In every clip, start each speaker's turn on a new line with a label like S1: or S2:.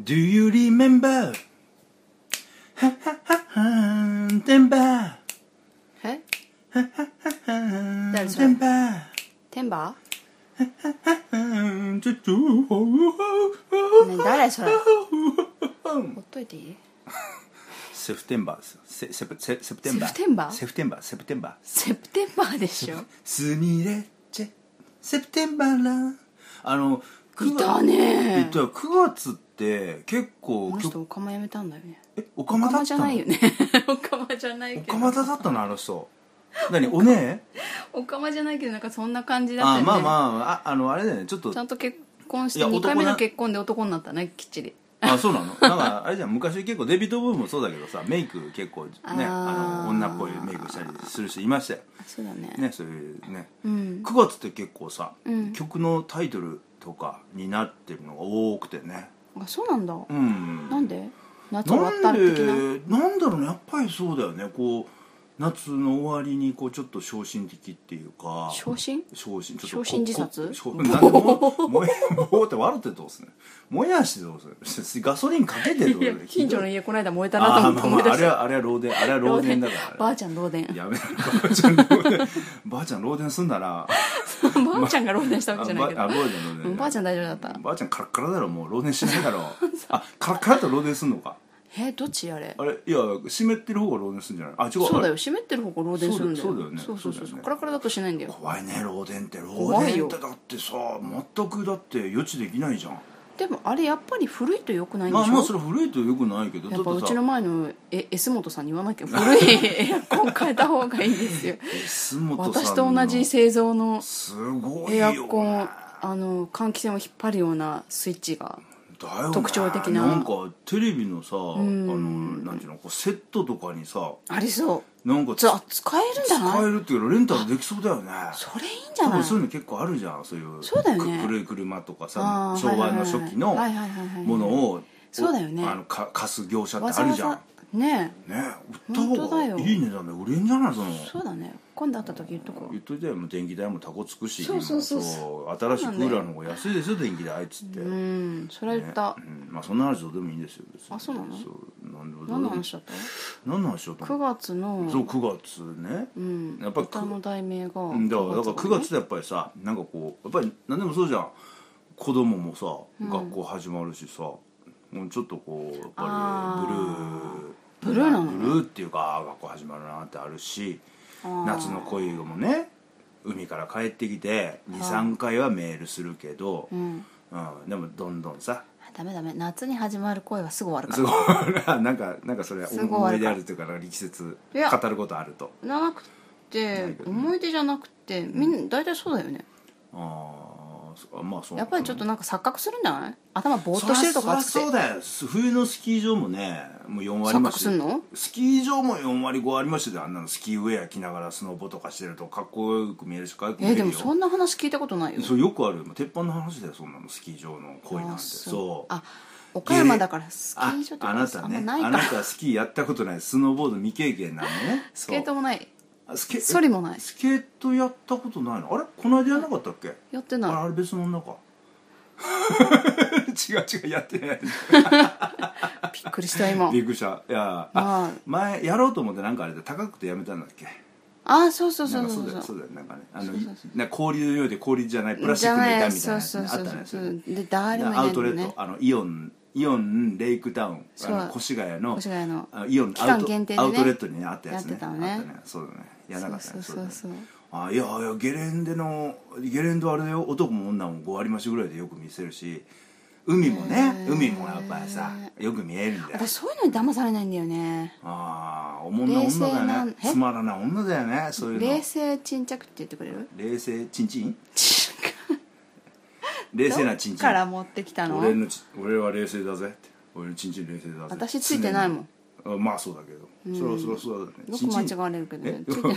S1: Do you remember? ははははん、デンバー。は
S2: え
S1: はん、
S2: 誰そ
S1: デ
S2: れ
S1: ンバー。
S2: テンバ
S1: はん、ちょっと、ほう
S2: ーねえ誰それほっといていい
S1: セプテンバーです。セセプセセプテンバー。
S2: セプテンバー
S1: セプテンバー、セプテンバー。
S2: セプテンバーでしょ
S1: スニレチェ、セプテンバーラ。あの、
S2: い
S1: 九月
S2: たね
S1: いた9月って結構
S2: この
S1: 曲
S2: 人オカマやめたんだよね
S1: えオカマ
S2: オカ
S1: だ
S2: マ
S1: っ
S2: じ
S1: た
S2: ゃ
S1: の
S2: ないよねオカマじゃない
S1: オ
S2: け
S1: カマ
S2: ど
S1: だったのあの人何おねえ
S2: オカマじゃないけどなんかそんな感じだったよ
S1: あ
S2: ね
S1: まあまあああのあれだよねちょっと
S2: ちゃんと結婚し
S1: い
S2: て
S1: や
S2: 2回
S1: 男
S2: 目
S1: な
S2: の結婚で男になったねきっちり
S1: あ そうなのなんかあれじゃん昔結構デビッド・ボーイもそうだけどさメイク結構ね
S2: あー
S1: あの女っぽいメイクしたりする人いましたよ
S2: あそうだね
S1: ねそういうね、
S2: うん
S1: 9月って結構さ、
S2: うん
S1: 曲のタイトルとかになってるのが多くてね
S2: あそうなんだ
S1: うん
S2: なんで夏終わっ
S1: な
S2: た
S1: ん
S2: 的
S1: で
S2: な
S1: なんだろうねやっぱりそうだよねこう夏の終わりにこうちょっと昇進的っていうか
S2: 昇進
S1: 昇進ちょっと
S2: 昇進自殺
S1: ここ昇なんでもう燃えもうって笑ってどうすんね燃やしてどうすんねガソリンかけてどうすん
S2: いや
S1: ね
S2: 近所の家この間燃えたなと
S1: あー
S2: 思って
S1: まあ
S2: 思い
S1: まああ
S2: 出 し
S1: れ
S2: た
S1: はあれは漏電あれは漏電だから
S2: ばあちゃん漏電
S1: やめろばあちゃん漏電ばあちゃん漏電すんだな
S2: ばあちゃんが漏電した
S1: あ
S2: わ
S1: ば
S2: け
S1: あ
S2: じ
S1: ち
S2: ゃ
S1: ゃん
S2: ないけど
S1: 漏
S2: うん
S1: 電
S2: ばあちゃん大丈夫だった
S1: ばあちゃんカラッカラだろもう漏電しないだ ろあカラッカラだと漏電すんのか
S2: えどっちあれ
S1: あれいや湿ってる方が漏電するんじゃないあ違う
S2: そうだ
S1: あれ
S2: よ湿ってる方向漏電するんだよ
S1: そうだよね
S2: そうそうそ
S1: そう
S2: う
S1: だよね
S2: カラカラだとしないんだよ
S1: 怖いね漏電って漏
S2: 怖い
S1: 電
S2: よ
S1: ってだってさ全くだって予知できないじゃん
S2: でもあれやっぱり古いと良くないんで
S1: まあ
S2: しょ、
S1: まあそれ古いとよくないけど
S2: やっぱ
S1: だ
S2: う
S1: て
S2: ち
S1: さ
S2: の前のえ S 本さんに言わなきゃ古いエアコン変えた方がいいですよ
S1: S 本さんの
S2: 私と同じ製造の
S1: すごいよ
S2: エアコンあの換気扇を引っ張るようなスイッチが
S1: だよね
S2: 特徴的なん
S1: かテレビのさ、あのなんていうのこうセットとかにさ
S2: ありそう
S1: なんか
S2: つあ使えるんじゃ
S1: 使
S2: ない
S1: えるっていうかレンタルできそうだよね
S2: それいいんじゃ
S1: 多
S2: な
S1: 分
S2: い
S1: そういうの結構あるじゃんそういう
S2: そうだよね
S1: く古い車とか
S2: あ
S1: さ
S2: ー
S1: 昭和の初期の
S2: はいはいはいはいはいはいはい
S1: ものを
S2: そうだよね
S1: あのか貸す業者って
S2: わざ
S1: ある
S2: わ
S1: じゃん
S2: ざね
S1: ね売
S2: 本
S1: った
S2: 当
S1: 方
S2: だ
S1: が
S2: よ
S1: いい値段で売れんじゃないその
S2: えそうだね今度会った時言っとこう
S1: 言っといたよもう電気代もタコつくし
S2: そうそうそう
S1: そう新しいクーラーの方が安いですよ電気代っつって、
S2: う
S1: ね
S2: んそれは言った、
S1: うんまあそんな話どうでもいいんですよ別に
S2: あそうなの
S1: そうなんでもどうでも
S2: 何の話だった
S1: 何の話しようと
S2: 9
S1: 思
S2: 月の
S1: そう9月ね、
S2: うん
S1: やっぱり
S2: 歌の題名が
S1: うんだからだから9
S2: ね
S1: 月ってやっぱりさなんかこうやっぱり何でもそうじゃん子供もさ、学校始まるしさもうちょっとこうやっぱりブルー
S2: ブルーなのね
S1: ブルーっていうかあー学校始まるなってあるし夏の恋もね海から帰ってきて23回はメールするけど、
S2: うん
S1: うん、でもどんどんさ
S2: あダメダメ夏に始まる恋はすぐ終わるか
S1: す
S2: ら
S1: ごい なんかなんかそれ
S2: すごい
S1: 思い出あるというかなんか力説
S2: いや
S1: 語ることあると
S2: じゃなくて思い出じゃなくてみんな大体そうだよね
S1: あーそあまあそう
S2: やっぱりちょっとなんか錯覚するんじゃない頭ぼーっとしてるとか暑く
S1: そりゃ
S2: て
S1: そうだよ冬のスキー場もねもう4割
S2: 錯
S1: 増
S2: 覚
S1: し
S2: すんの
S1: スキー場も4割5割増しであんなのスキーウェア着ながらスノボとかしてるとかっこよく見えるしかっこよく見
S2: え
S1: える
S2: で
S1: よ
S2: もそんな話聞いたことないよ
S1: そうよくあるよ鉄板の話だよそんなのスキー場の恋なん
S2: あ
S1: てそう
S2: あ岡山だからスキ
S1: あ
S2: ー場と
S1: あなた
S2: かあんま
S1: ね
S2: な
S1: あ
S2: いか
S1: な
S2: ら
S1: たはスキーやったことないスノーボード未経験なのね
S2: スケートもない
S1: そうあスケ
S2: ソリもない
S1: スケートやったことないのあれこの間やんなかったっけ
S2: やって
S1: あれあ
S2: な
S1: れ別の女か 違う違うやってない
S2: いびっくりした 今
S1: びっくりしたいやあ
S2: あ
S1: 前やろうと思ってなんかあれで高くてやめたんだっけ
S2: あそうそうそ
S1: なん
S2: う
S1: か
S2: そ
S1: そう
S2: う
S1: だ
S2: そ
S1: よそう
S2: う
S1: だよなんかねあの
S2: そうそう
S1: いなんか氷のようで氷じゃないプラスチッ
S2: じゃ
S1: クの
S2: な
S1: 板
S2: い
S1: みたいな
S2: そう
S1: やつ
S2: そう
S1: ねあっ
S2: そう
S1: たね
S2: そ
S1: そういう
S2: うで誰もい
S1: のア
S2: な
S1: ウ
S2: い
S1: トレ
S2: の
S1: ッ
S2: ね
S1: トあのイオンイオンレイクタウンあ
S2: そう
S1: の越谷の
S2: 越谷の
S1: あイオン
S2: 期
S1: ア
S2: 間
S1: ウト
S2: 限定で
S1: ア
S2: ね
S1: ウトレットにねあったやつね
S2: やってたのね
S1: あったねそうだねやらなかったね
S2: そうそうそう
S1: だねあいやいやゲレンデのゲレンデはあれだよ男も女も5割増しぐらいでよく見せるし海もね海もやっぱりさよく見えるんだよ
S2: 私そういうのに騙されないんだよね
S1: ああおもんな女だよね
S2: 冷静なえ
S1: つまらない女だよねそういうの
S2: 冷静沈着って言ってくれる
S1: 冷静チンチン冷静なチンチン
S2: から持ってきたの
S1: 俺のち俺は冷静だぜって俺のチンチン冷静だぜ
S2: 私ついてないもん
S1: 常にあまあそうだけど、それはそれはそうだね
S2: よく間違われるけどねついてない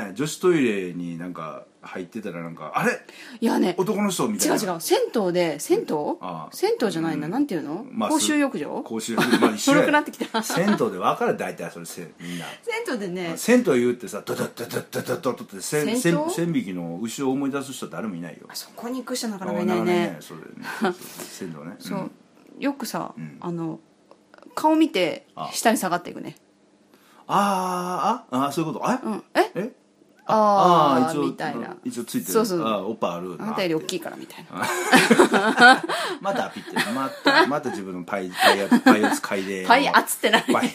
S1: れね女子トイレになんか入ってたらなんかあれ
S2: い やね
S1: 男の人みたい
S2: 違う
S1: な
S2: 違う銭湯で銭湯
S1: ああ
S2: 銭湯じゃないな、なんていうの、
S1: まあ
S2: 公衆浴場
S1: 公衆浴場まあ一緒や
S2: 古くなってき た
S1: 銭湯で分かる大体それせみんな
S2: 銭湯でね
S1: 銭湯言うってさドドドドドドドドって千
S2: 銭
S1: 千
S2: 湯
S1: 千匹の牛を思い出す人誰もいないよ
S2: あそこに行く人なか
S1: あ
S2: なかいないね
S1: そうだよねそうそうそう銭湯ね
S2: そうよくさ、
S1: うん
S2: あの顔見て
S1: あ
S2: 下に下がっていくね
S1: あーああそういうことあ
S2: うんえ
S1: え
S2: あー
S1: 一応
S2: みたいな
S1: 一応ついてる
S2: そうそう
S1: あーおっぱいあるな
S2: あなたより大きいからみたいな
S1: またアピってるまたまた自分のパイパイ圧パイ圧嗅いで
S2: パイ圧って何
S1: パイ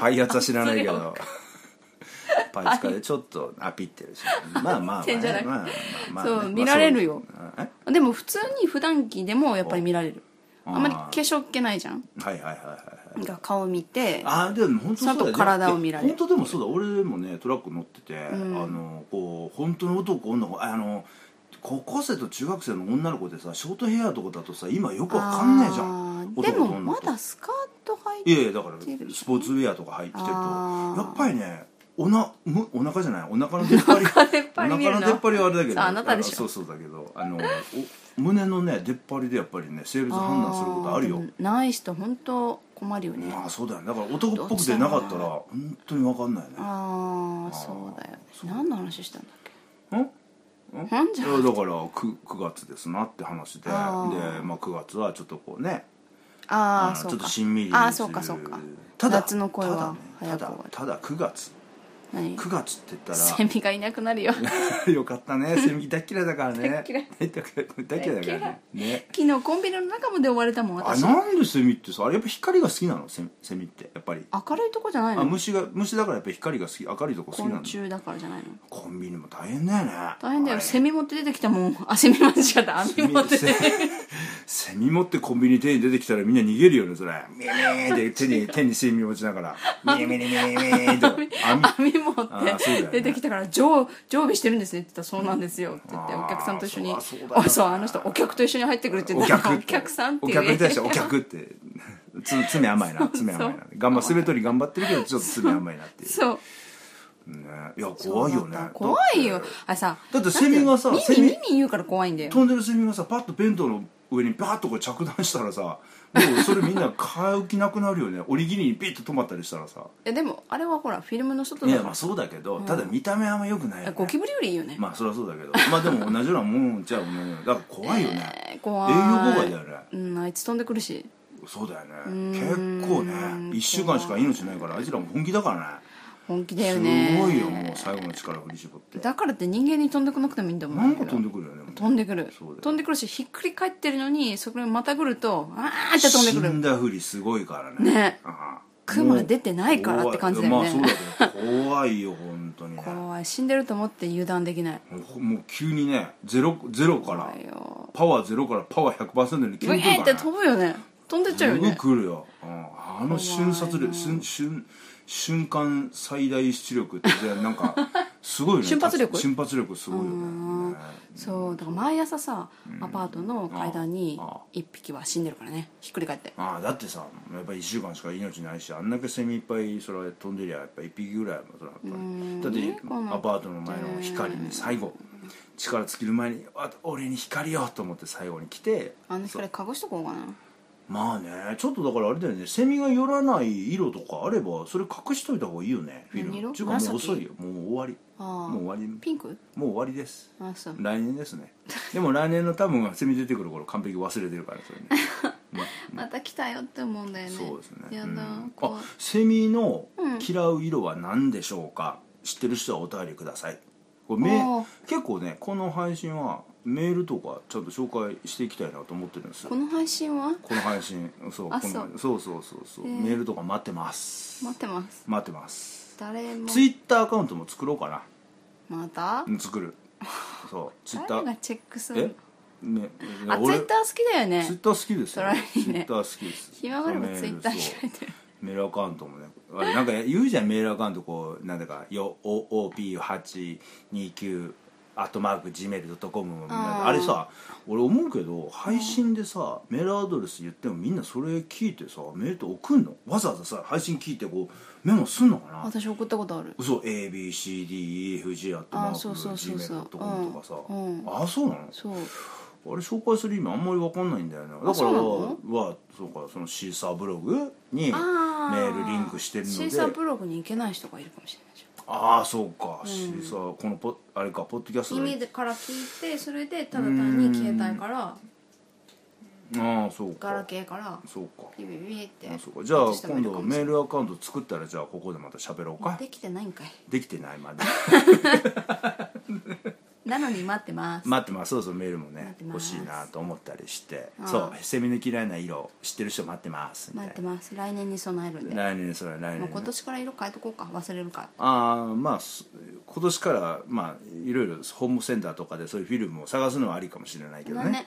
S1: パイ圧は知らないけ
S2: 圧
S1: どパイ使いでちょっとアピってるしまあまあまあ
S2: てんじゃない
S1: まあまあまあ
S2: そう
S1: まあ
S2: 見られるよ
S1: そうえ
S2: でも普通に普段着でもやっぱり見られる
S1: お
S2: あんまり
S1: あ
S2: 化
S1: ー
S2: 粧っけないじゃん
S1: はいはいはいはい
S2: なんか顔見て
S1: あーでも本当そうだ
S2: ちゃん
S1: よ
S2: と体を見られる
S1: 本当でもそうだ俺もねトラック乗ってて、あのこう本当の男女の子あの高校生と中学生の女の子でさショートヘアとかだとさ今よくわかんないじゃん
S2: あーで
S1: 男と
S2: も
S1: 女
S2: ま
S1: と
S2: だスカート履い
S1: い
S2: て
S1: やいやだからスポーツウェアとか入ってるとや
S2: あー
S1: っぱりねおなむお腹じゃないお腹の出っ張り
S2: お腹出っ張り見るな
S1: お腹の出っ張りはあれだけど
S2: さああなたでしょ
S1: そうそうだけどあのお胸のね出っ張りでやっぱりね性別判断することあるよ
S2: ーでもない人本当困るよね
S1: まあそうだよねだから男っぽくでなかったら本当に分かんないね
S2: ああそうだよね何の話したんだっ
S1: んん
S2: けなんじゃ
S1: いやだから 9, 9月ですなって話でで、
S2: あー
S1: まあ、9月はちょっとこうね
S2: あ
S1: あ
S2: あ
S1: の
S2: そうか
S1: ちょっとしんみり
S2: ああ
S1: す
S2: そう
S1: る
S2: かそうか
S1: ただ
S2: 夏の恋は
S1: ただ,、ね、
S2: 早
S1: ただ
S2: く終わる
S1: ただ9月
S2: 何
S1: 9月って言ったら
S2: セミがいなくなるよ
S1: よかったねセミ大っ嫌いだからね
S2: 大っ嫌い
S1: 大っ嫌い大っ嫌いだからねね
S2: 昨日コンビニの中まで追われたもん
S1: あ
S2: 私
S1: なんでセミってさあれやっぱ光が好きなのセミセミってやっぱり
S2: 明るいとこじゃな
S1: あ
S2: いの
S1: 虫が虫だからやっぱり光が好き明るいとこ好きな
S2: 昆
S1: の
S2: 虫だからじゃないの
S1: コンビニも大変だよね
S2: 大変
S1: あ
S2: だよ
S1: れ
S2: セミ持って出てきたもんあセミ持ってきちゃった網持って出てきた
S1: セミ持ってコンビニ手に出てきたらみんな逃げるよねそれミミーって手に手にセミ持ちながらミミミミミーと網
S2: 網持
S1: あーそうだよ
S2: っ
S1: ね
S2: て出てきたから常常備してるんですねって言ったらそうなんですよって言って
S1: あー
S2: お客さんと一緒に
S1: そりゃそうだよね
S2: あそうあの人お客と一緒に入ってくるって言
S1: お
S2: ったら
S1: 客
S2: お客さんって
S1: お
S2: いう
S1: 客に対してお客ってつ爪甘いな爪甘いな頑張っべ取り頑張ってるけどちょっと爪甘いなっていう
S2: そう
S1: ねいや怖いよね
S2: 怖いよあれさ
S1: だってセミがさ
S2: なんて
S1: セ
S2: ミ
S1: ミ
S2: ミミミ言うから怖いんだよ
S1: 飛んでるセミがさパッと弁当の上にバーッとこう着弾したらさもうそれみんな買う気なくなるよね おにぎりにピッと止まったりしたらさ
S2: えでもあれはほらフィルムの外
S1: い
S2: だ
S1: や
S2: か
S1: まあそうだけどただ見た目はあんまよくないよ
S2: ら
S1: ね
S2: ゴキブリよりいいよね
S1: まあそりゃそうだけどまあでも同じようなもんじゃ同じようなだから怖いよね
S2: え
S1: 営
S2: ー
S1: 業
S2: 怖い
S1: 妨害だよね
S2: うんあいつ飛んでくるし
S1: そうだよね
S2: ん
S1: 結構ね1週間しか命ないからあいつらも本気だから
S2: 本気だ
S1: ね
S2: よ
S1: す
S2: ね
S1: ごいよもう最後の力振り絞って
S2: だからって人間に飛んでこなくてもいいんだもん
S1: なんか飛んでくるよねもう
S2: 飛んでくる
S1: そうだよ
S2: 飛んでくるしひっくり返ってるのにそこにまた来るとあーって飛んでく
S1: 死ん
S2: る
S1: だふりすごいからね
S2: ね
S1: ああ
S2: 熊出てないからって感じだよね
S1: もう怖いまあそうだけど怖いよ本当にねも
S2: 怖い死んでると思って油断できないう
S1: もう急にねゼロゼロから
S2: 怖いよ
S1: パワーゼロからパワー100%に急
S2: ブ
S1: に
S2: イ
S1: 来
S2: ー
S1: る
S2: っ
S1: か
S2: て
S1: らね
S2: 飛ぶよね飛んでっちゃうよ
S1: す
S2: ね
S1: ぐ来るよ、うん、あの瞬殺力瞬瞬瞬間最大出力ってなんか すごいよね
S2: 瞬発力
S1: 瞬発力すごいよね
S2: うん
S1: ね
S2: そうだから毎朝さアパートの階段に
S1: あ
S2: 一匹は死んでるからねひっくり返って
S1: ああだってさやっぱり1週間しか命ないしあんだけセミいっぱいそれ飛んでりゃやっぱ1匹ぐらいはそれはやっぱ
S2: ん
S1: り
S2: ねこ
S1: だ
S2: の
S1: ってアパートの前の光に最後力尽きる前に「あ俺に光よ!」と思って最後に来て
S2: あの光隠しとこうかな
S1: まあねちょっとだからあれだよねセミが寄らない色とかあればそれ隠しといた方がいいよねフィル
S2: 何
S1: ム
S2: 色
S1: っていうかもう
S2: 紫
S1: 遅いよもう終わり
S2: ああ
S1: もう終わり
S2: ピンク
S1: もう終わりです
S2: あそう
S1: 来年ですねでも来年の多分セミ出てくる頃完璧忘れてるからそれ ね
S2: また来たよって思うんだよね
S1: そうですね
S2: やだ
S1: うん
S2: 怖
S1: あ
S2: い
S1: セミの嫌う色は何でしょうか、知ってる人はお便りくださいこれめ
S2: おー
S1: 結構ねこの配信はメールとかちゃんと紹介していきたいなと思ってるんですよ
S2: この配信は
S1: この配信そう
S2: あ
S1: このそうそうそうそう、
S2: へー
S1: メールとか待ってます
S2: 待ってます
S1: 待ってます
S2: 誰も
S1: ツイッターアカウントも作ろうかな
S2: また
S1: うん作るそうツイッタ
S2: 誰が
S1: ー
S2: チェックする
S1: え
S2: の
S1: ね
S2: あツイッター好きだよ
S1: ツイッ
S2: ね
S1: ター好きですよ
S2: トライね
S1: ツイッター好きです
S2: 暇があれば
S1: そう
S2: ツイッター
S1: メル
S2: 開いてる
S1: そうメールアカウントもねあれなんか言うじゃんメールアカウントこうなんだかよ OOP829 アットマーク Gmail.com
S2: あー
S1: あれさ俺思うけど配信でさメールアドレス言ってもみんなそれ聞いてさメールって送んのわざわざさ配信聞いてこうメモすんのかな
S2: 私送ったことある
S1: 嘘 ABCDEFG アットマー
S2: あ
S1: ク
S2: そうそうそうそう
S1: Gmail.com とかさ
S2: うんうん
S1: あそうなの
S2: そう
S1: あれ紹介する意味あんまり分かんないんだよねだか
S2: そ
S1: ら
S2: うな
S1: は
S2: の
S1: そうかそのシーサーブログにメ
S2: あ
S1: ールリンクしてる
S2: シー
S1: の
S2: サー
S1: で
S2: ブログに行けない人がいるかもしれないじゃ
S1: ああそうか、シーサーこのポあれかポッドキャスト
S2: ん
S1: の
S2: 耳から聞いてそれでただ単に携帯から
S1: ああそう
S2: ガラ
S1: か
S2: ケーから
S1: そうか
S2: ビビビって
S1: あそうかじゃあ
S2: 落としてもい
S1: 今
S2: る
S1: 度
S2: かも
S1: メ
S2: しれ
S1: ー
S2: ない
S1: ルアカウント作ったらじゃあここでまた喋ろうか
S2: できてないんかい
S1: できてないまだ
S2: なのに待ってます
S1: 待ってますそうそうメールも
S2: 待っ
S1: ね
S2: てま
S1: 欲し
S2: す
S1: いなと思ったりして
S2: ああ
S1: そうセミの嫌いな色知ってる人待ってますみたいな
S2: 待ってます来年に備えるんでも
S1: 来年それ来年
S2: う今年から色変えとこうか忘れるから
S1: ああまあす今年からまあいろいろホームセンターとかでそういうフィルムを探すのはありかもしれないけどね
S2: だね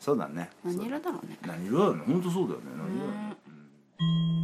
S1: そうだね
S2: 何色だろうね
S1: 何色だよね本当そうだよね何色だよね